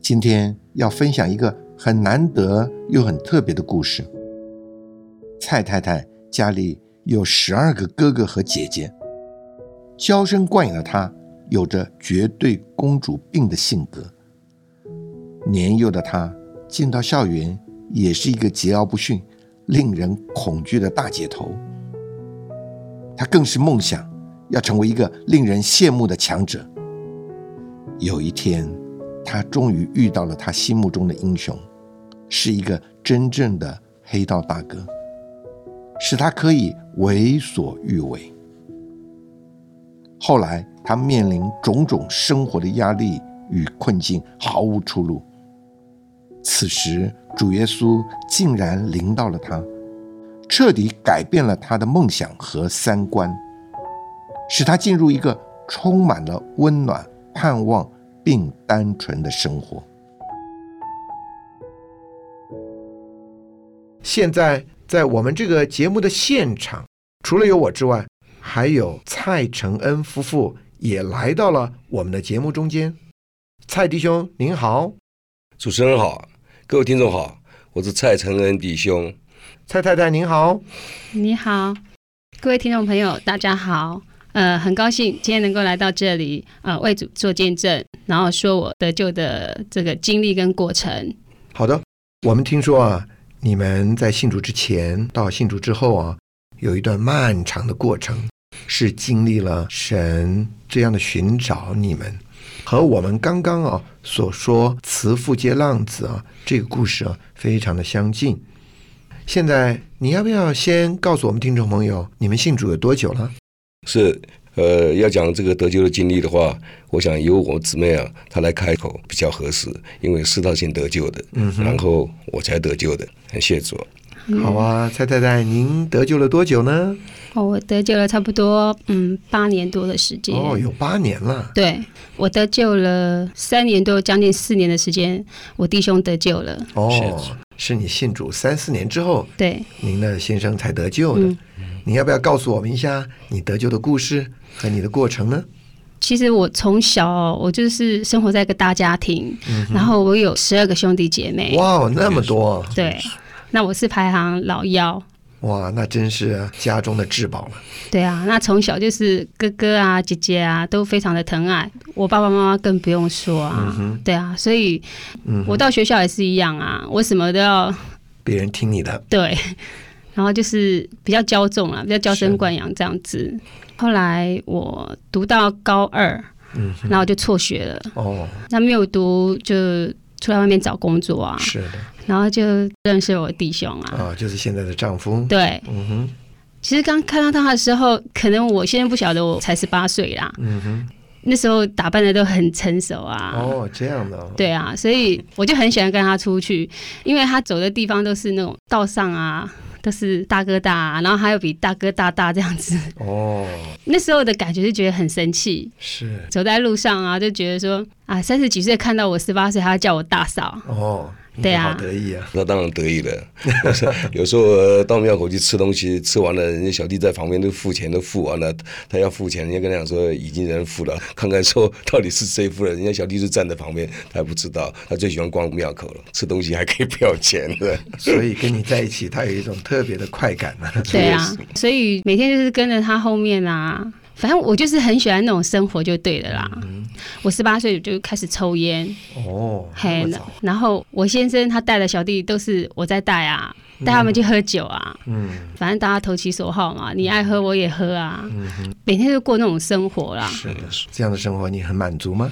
今天要分享一个很难得又很特别的故事。蔡太太家里有十二个哥哥和姐姐，娇生惯养的她有着绝对公主病的性格。年幼的她进到校园也是一个桀骜不驯、令人恐惧的大姐头。她更是梦想要成为一个令人羡慕的强者。有一天，他终于遇到了他心目中的英雄，是一个真正的黑道大哥，使他可以为所欲为。后来，他面临种种生活的压力与困境，毫无出路。此时，主耶稣竟然临到了他，彻底改变了他的梦想和三观，使他进入一个充满了温暖、盼望并单纯的生活。现在在我们这个节目的现场，除了有我之外，还有蔡承恩夫妇也来到了我们的节目中间。蔡弟兄您好，主持人好，各位听众好，我是蔡承恩弟兄。蔡太太您好，你好，各位听众朋友，大家好。呃，很高兴今天能够来到这里，呃，为主做见证，然后说我得救的这个经历跟过程。好的，我们听说啊，你们在信主之前到信主之后啊，有一段漫长的过程，是经历了神这样的寻找你们，和我们刚刚啊所说“慈父接浪子啊”这个故事啊，非常的相近。现在你要不要先告诉我们听众朋友，你们信主有多久了？是呃，要讲这个得救的经历的话，我想由我姊妹啊，她来开口比较合适，因为是她先得救的，嗯、然后我才得救的，很谢主。好啊，蔡太太，您得救了多久呢？哦，我得救了差不多嗯八年多的时间。哦，有八年了。对我得救了三年多，将近四年的时间，我弟兄得救了。哦，是你信主三四年之后，对，嗯您的先生才得救的。你要不要告诉我们一下你得救的故事和你的过程呢？其实我从小哦我就是生活在一个大家庭，然后我有十二个兄弟姐妹。嗯哇哦，那么多！对，那我是排行老幺。哇，那真是家中的至宝了。对啊，那从小就是哥哥啊、姐姐啊都非常的疼爱，我爸爸妈妈更不用说嗯啊。对啊，所以我到学校也是一样啊，我什么都要别人听你的，对，然后就是比较骄纵啊，比较娇生惯养这样子。后来我读到高二，然后我就辍学了，嗯哦，那没有读就出来外面找工作啊，是的，然后就认识我弟兄啊。啊，就是现在的丈夫。对，嗯哼，其实刚看到他的时候，可能我现在不晓得我才十八岁啦，嗯哼，那时候打扮的都很成熟啊。哦，这样的哦，对啊，所以我就很喜欢跟他出去，因为他走的地方都是那种道上啊，都是大哥大、啊，然后还有比大哥大大这样子。哦， 那时候的感觉就觉得很生气，是，走在路上啊，就觉得说啊，三十几岁看到我十八岁，还要叫我大嫂。哦，你对啊好得意啊，那当然得意了。有时候有时候呃到庙口去吃东西，吃完了，人家小弟在旁边都付钱，都付完了，他要付钱，人家跟他讲说已经有人付了，看看说到底是谁付了，人家小弟就站在旁边，他还不知道，他最喜欢逛庙口了，吃东西还可以不要钱的。所以跟你在一起，他有一种特别的快感呢、对啊，所以每天就是跟着他后面啊。反正我就是很喜欢那种生活，就对了啦。我十八岁就开始抽烟，哦，嘿那，么然早，然后我先生他带的小弟都是我在带啊，带他们去喝酒啊，嗯，反正大家投其所好嘛，你爱喝我也喝啊，每天就过那种生活啦。是的，这样的生活你很满足吗？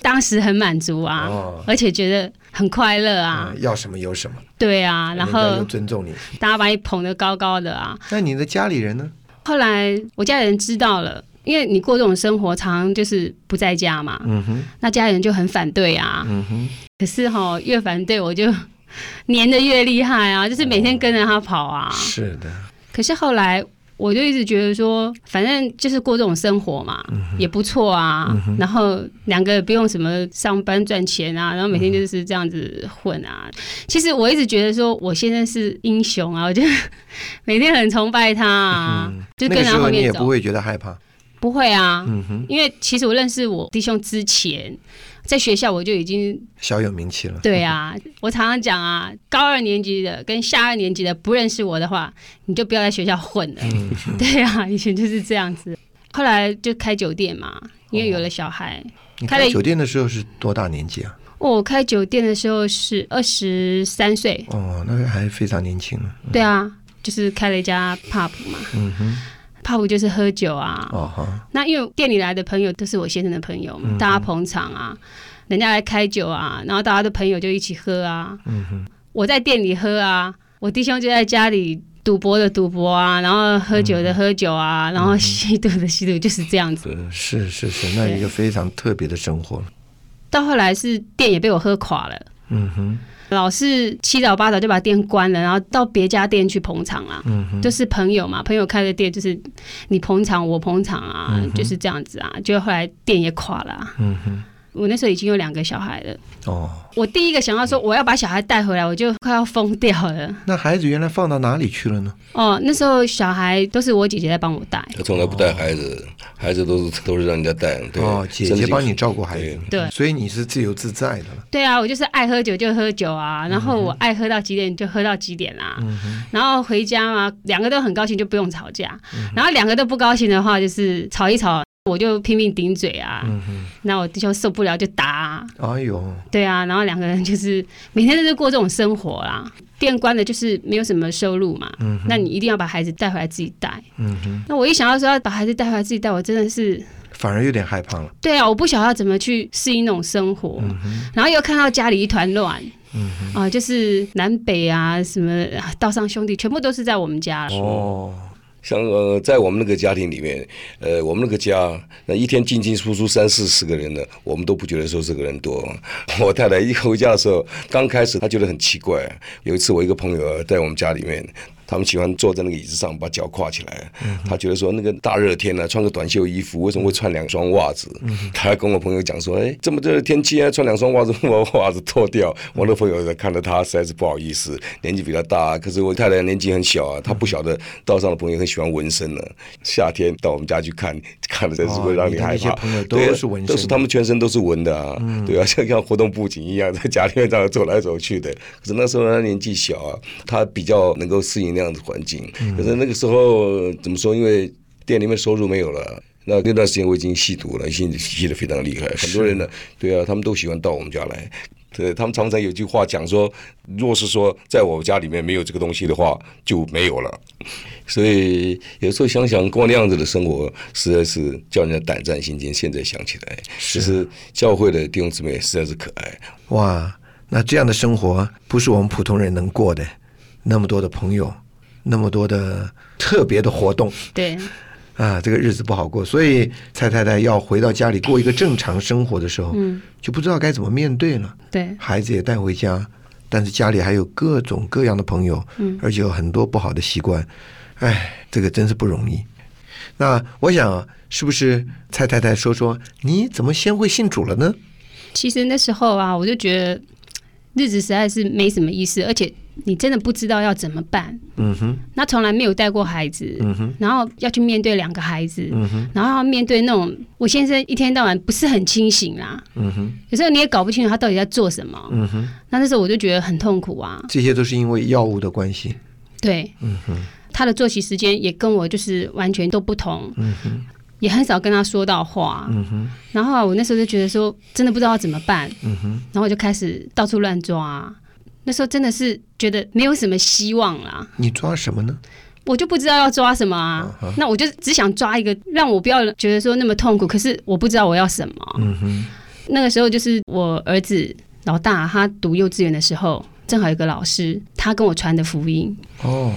当时很满足啊，哦而且觉得很快乐啊，嗯要什么有什么，对啊，然人家又后尊重你。大家把你捧得高高的啊，那你的家里人呢？后来我家里人知道了，因为你过这种生活，常常就是不在家嘛，嗯哼，那家里人就很反对啊。嗯哼，可是哈、越反对我就 黏的越厉害啊，就是每天跟着他跑啊。是的，可是后来我就一直觉得说，反正就是过这种生活嘛，嗯也不错啊。然后两个也不用什么上班赚钱啊，然后每天就是这样子混啊。其实我一直觉得说，我先生是英雄啊，我就每天很崇拜他啊，就嗯那跟在个时他后候你面也不走。会觉得害怕，不会啊，嗯哼，因为其实我认识我弟兄之前，在学校我就已经小有名气了， 对啊，我常常讲啊，高二年级的跟下二年级的不认识我的话，你就不要在学校混了。嗯 对啊，以前就是这样子，后来就开酒店嘛，哦因为有了小孩。你开开了酒店的时候是多大年纪啊？我开酒店的时候是二十三岁，哦，那个还非常年轻呢。对啊，就是开了一家 pub 嘛。嗯哼， pub 就是喝酒啊。哦哈，那因为店里来的朋友都是我先生的朋友嘛，大家捧场啊，人家来开酒啊，然后大家的朋友就一起喝啊。我在店里喝啊，我弟兄就在家里赌博的赌博啊，然后喝酒的喝酒啊，然后吸毒的吸毒，就是这样子。是是是，那一个非常特别的生活了。到后来是店也被我喝垮了。嗯哼，老是七早八早就把店关了，然后到别家店去捧场啊，嗯就是朋友嘛，朋友开的店就是你捧场我捧场啊，就是这样子啊，就后来店也垮了、啊。嗯哼，我那时候已经有两个小孩了，哦，我第一个想要说我要把小孩带回来，我就快要疯掉了。那孩子原来放到哪里去了呢？哦，那时候小孩都是我姐姐在帮我带，他从来不带孩子，孩子都是都是让人家带。对，哦，姐身姐体帮你照顾孩子，对所以你是自由自在的了。对啊，我就是爱喝酒就喝酒嗯啊，然后我爱喝到几点就喝到几点啊，然后回家啊，两个都很高兴就不用吵架，嗯然后两个都不高兴的话就是吵一吵，我就拼命顶嘴啊，嗯那我弟兄受不了就打、啊，哎呦，对啊，然后两个人就是每天都是过这种生活啦。店关了就是没有什么收入嘛，那你一定要把孩子带回来自己带。嗯哼，那我一想到说要把孩子带回来自己带，我真的是反而有点害怕了。对啊，我不晓得怎么去适应那种生活，嗯然后又看到家里一团乱，啊、就是南北啊，什么啊道上兄弟，全部都是在我们家了。哦，像呃，在我们那个家庭里面，呃，我们那个家，那一天进进出出三四十个人呢，我们都不觉得说这个人多。 我太太一回家的时候，刚开始她觉得很奇怪。有一次，我一个朋友啊在我们家里面，他们喜欢坐在那个椅子上，把脚跨起来。嗯他觉得说那个大热天呢、穿个短袖衣服，为什么会穿两双袜子？他还跟我朋友讲说，哎，这么热的天气啊，穿两双袜子，把袜子脱掉。我那朋友呢看着他，实在是不好意思，年纪比较大，啊可是我太太年纪很小啊，她不晓得道上的朋友很喜欢纹身呢、夏天到我们家去看，看了真是会让哦你的害那些怕。朋友都对啊是纹身都是他们全身都是纹的啊，对啊， 像像活动布景一样，在家里面这样走来走去的。可是那时候他年纪小啊，他比较能够适应那样的环境。可是那个时候怎么说？因为店里面收入没有了。那那段时间我已经吸毒了，吸吸的非常厉害，很多人呢，对啊，他们都喜欢到我们家来。对，他们常常有句话讲说，若是说在我家里面没有这个东西的话，就没有了。所以有时候想想过那样子的生活，实在是叫人家胆战心惊。现在想起来，其实教会的弟兄姊妹实在是可爱。哇，那这样的生活不是我们普通人能过的。那么多的朋友，那么多的特别的活动对，啊，这个日子不好过。所以蔡太太要回到家里过一个正常生活的时候，嗯，就不知道该怎么面对了。对，孩子也带回家，但是家里还有各种各样的朋友，嗯而且有很多不好的习惯，哎，这个真是不容易。那我想啊，是不是蔡太太说说你怎么先会信主了呢？其实那时候啊，我就觉得日子实在是没什么意思，而且你真的不知道要怎么办。嗯哼，那从来没有带过孩子，嗯哼，然后要去面对两个孩子，嗯哼，然后要面对那种我先生一天到晚不是很清醒啦，嗯哼，有时候你也搞不清楚他到底在做什么。嗯哼，那那时候我就觉得很痛苦啊，这些都是因为药物的关系。对，嗯他的作息时间也跟我就是完全都不同，嗯也很少跟他说到话，然后啊我那时候就觉得说，真的不知道要怎么办，嗯然后我就开始到处乱抓、那时候真的是觉得没有什么希望啦，你抓什么呢？我就不知道要抓什么啊。那我就只想抓一个让我不要觉得说那么痛苦，可是我不知道我要什么。嗯哼，那个时候就是我儿子老大他读幼稚园的时候，正好有个老师，他跟我传的福音，哦，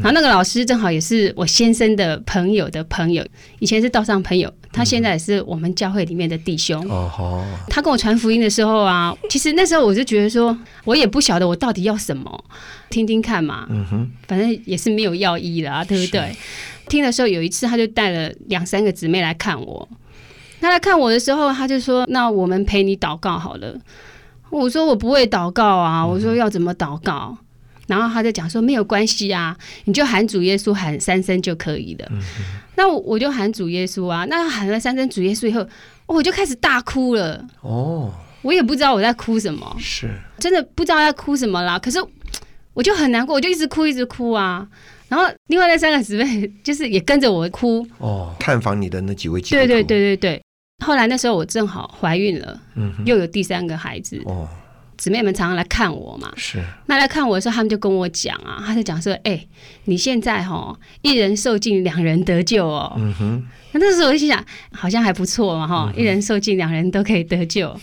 然后那个老师正好也是我先生的朋友的朋友，以前是道上朋友，他现在也是我们教会里面的弟兄。哦吼，他跟我传福音的时候啊，其实那时候我就觉得说，我也不晓得我到底要什么，听听看嘛，嗯哼，反正也是没有药医了啊，对不对？听的时候有一次，他就带了两三个姊妹来看我。他来看我的时候，他就说：“那我们陪你祷告好了。”我说：“我不会祷告啊，嗯我说要怎么祷告？”然后他就讲说：“没有关系啊，你就喊主耶稣喊三声就可以嗯了。那我我就喊主耶稣啊，那喊了三声主耶稣以后，我就开始大哭了。哦，我也不知道我在哭什么，是，真的不知道在哭什么啦。可是我就很难过，我就一直哭，一直哭啊。然后另外那三个姊妹 就是也跟着我哭，哦，探访你的那几位基督对徒，对对，对对。后来那时候我正好怀孕了，嗯哼，又有第三个孩子，哦，姊妹们常常来看我嘛。是，那来看我的时候，他们就跟我讲啊，他就讲说：“哎、你现在哈、一人受尽，两人得救哦。嗯哼， 那那时候我就心想，好像还不错嘛，嗯哈、一人受尽，两人都可以得救。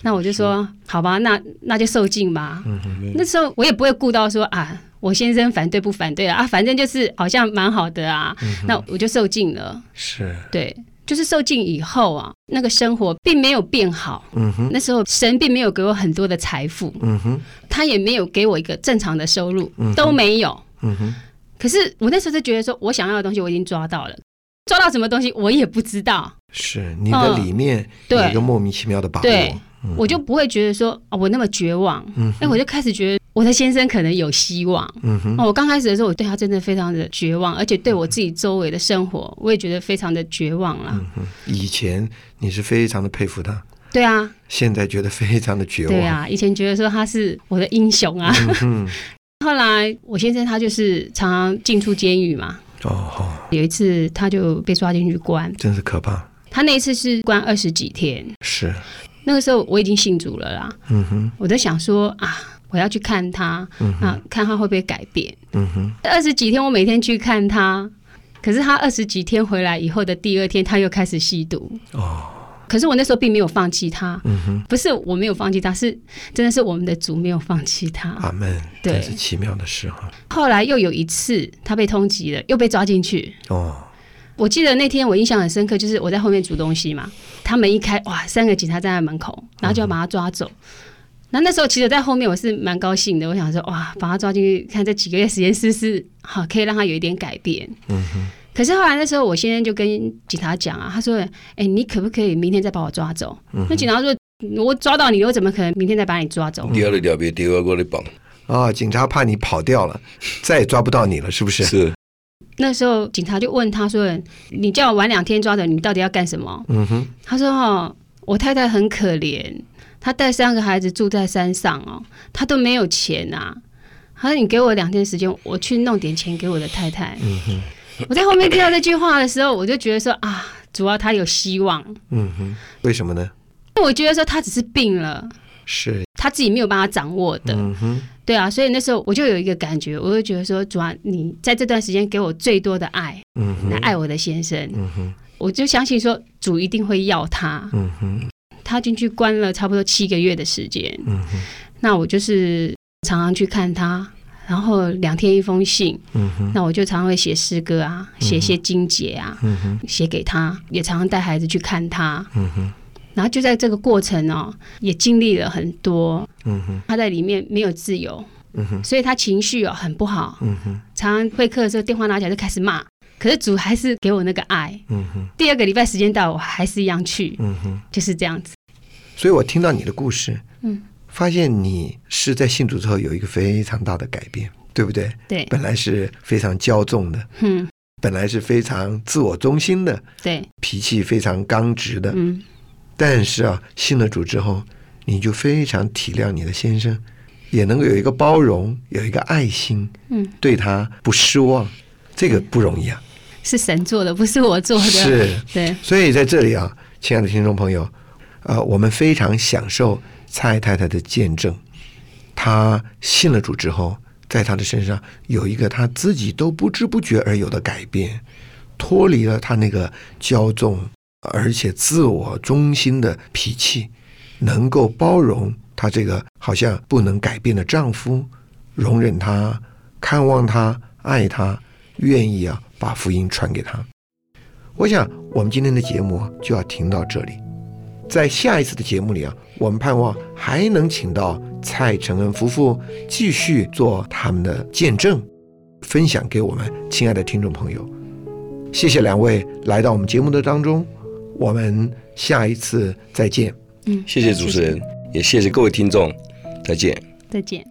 那我就说，好吧，那那就受尽吧。嗯那时候我也不会顾到说啊，我先生反对不反对啊，啊反正就是好像蛮好的啊，嗯那我就受尽了。是，对，就是受尽以后啊，那个生活并没有变好。嗯哼，那时候神并没有给我很多的财富，嗯哼，他也没有给我一个正常的收入嗯哼，都没有。嗯哼，可是我那时候就觉得说，我想要的东西我已经抓到了，抓到什么东西我也不知道。是你的嗯里面有对一个莫名其妙的把对握，我就不会觉得说哦，我那么绝望。嗯哎，我就开始觉得我的先生可能有希望。嗯哼，哦，我刚开始的时候，我对他真的非常的绝望，而且对我自己周围的生活，我也觉得非常的绝望啦。嗯以前你是非常的佩服他，对啊，现在觉得非常的绝望，对啊，以前觉得说他是我的英雄啊。嗯， 后来我先生他就是常常进出监狱嘛，哦吼，有一次他就被抓进去关，真是可怕，他那一次是关二十几天。是，那个时候我已经信主了啦，嗯哼，我在想说啊，我要去看他，啊，看他会不会改变。嗯哼，二十几天，我每天去看他，可是他二十几天回来以后的第二天，他又开始吸毒。哦，可是我那时候并没有放弃他，嗯哼，不是我没有放弃他，是真的是我们的主没有放弃他。阿门，对真是奇妙的事哈，后来又有一次，他被通缉了，又被抓进去。哦，我记得那天我印象很深刻，就是我在后面煮东西嘛，他们一开，哇，三个警察站在门口，然后就要把他抓走。那、那时候其实，在后面我是蛮高兴的，我想说，哇，把他抓进去，看这几个月时间是不是好，可以让他有一点改变。嗯哼，可是后来那时候，我先生就跟警察讲啊，他说：“哎、你可不可以明天再把我抓走？”嗯那警察说：“我抓到你，我怎么可能明天再把你抓走？”第二了别，第二过来绑，哦，警察怕你跑掉了，再也抓不到你了，是不是？是那时候警察就问他说：“你叫我晚两天抓走，你到底要干什么嗯哼，？”他说：“哦，我太太很可怜，她带三个孩子住在山上哦，她都没有钱啊。”他说：“你给我两天时间，我去弄点钱给我的太太。”嗯哼，我在后面听到这句话的时候，我就觉得说啊，主要他有希望。嗯哼，为什么呢？我觉得说他只是病了。是，他自己没有办法掌握的，嗯哼，对啊，所以那时候我就有一个感觉，我就觉得说，主啊，你在这段时间给我最多的爱，嗯哼，来爱我的先生，嗯哼，我就相信说主一定会要他。嗯哼，他进去关了差不多七个月的时间，嗯哼，那我就是常常去看他，然后两天一封信，嗯哼，那我就常常会写诗歌啊，写一些经节啊，嗯哼，写给他，也常常带孩子去看他，嗯哼，然后就在这个过程哦，也经历了很多，嗯哼，他在里面没有自由，嗯哼，所以他情绪哦很不好，嗯哼，常常会课的时候电话拿起来就开始骂。可是主还是给我那个爱。嗯哼，第二个礼拜时间到，我还是一样去，嗯哼。就是这样子。所以我听到你的故事，嗯，发现你是在信主之后有一个非常大的改变，对不对？对，本来是非常骄纵的，嗯，本来是非常自我中心的，对，脾气非常刚直的，嗯，但是啊，信了主之后，你就非常体谅你的先生，也能够有一个包容，有一个爱心，嗯，对他不失望，这个不容易啊。是神做的，不是我做的。是，对，所以在这里啊，亲爱的听众朋友，呃，我们非常享受蔡太太的见证。她信了主之后，在她的身上有一个她自己都不知不觉而有的改变，脱离了她那个骄纵而且自我中心的脾气，能够包容她这个好像不能改变的丈夫，容忍她，看望她，爱她，愿意啊把福音传给她。我想，我们今天的节目啊就要停到这里。在下一次的节目里啊，我们盼望还能请到蔡承恩夫妇继续做他们的见证，分享给我们亲爱的听众朋友。谢谢两位来到我们节目的当中，我们下一次再见。嗯，谢谢主持人，也谢谢各位听众，再见。再见。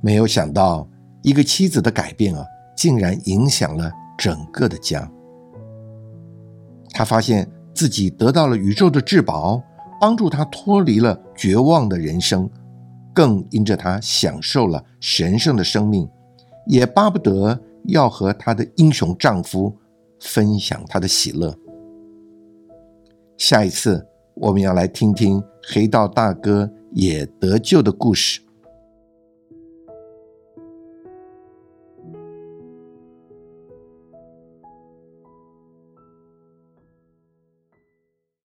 没有想到，一个妻子的改变啊，竟然影响了整个的家。他发现自己得到了宇宙的至宝，帮助他脱离了绝望的人生，更因着他享受了神圣的生命，也巴不得要和她的英雄丈夫分享她的喜乐。下一次我们要来听听黑道大哥也得救的故事。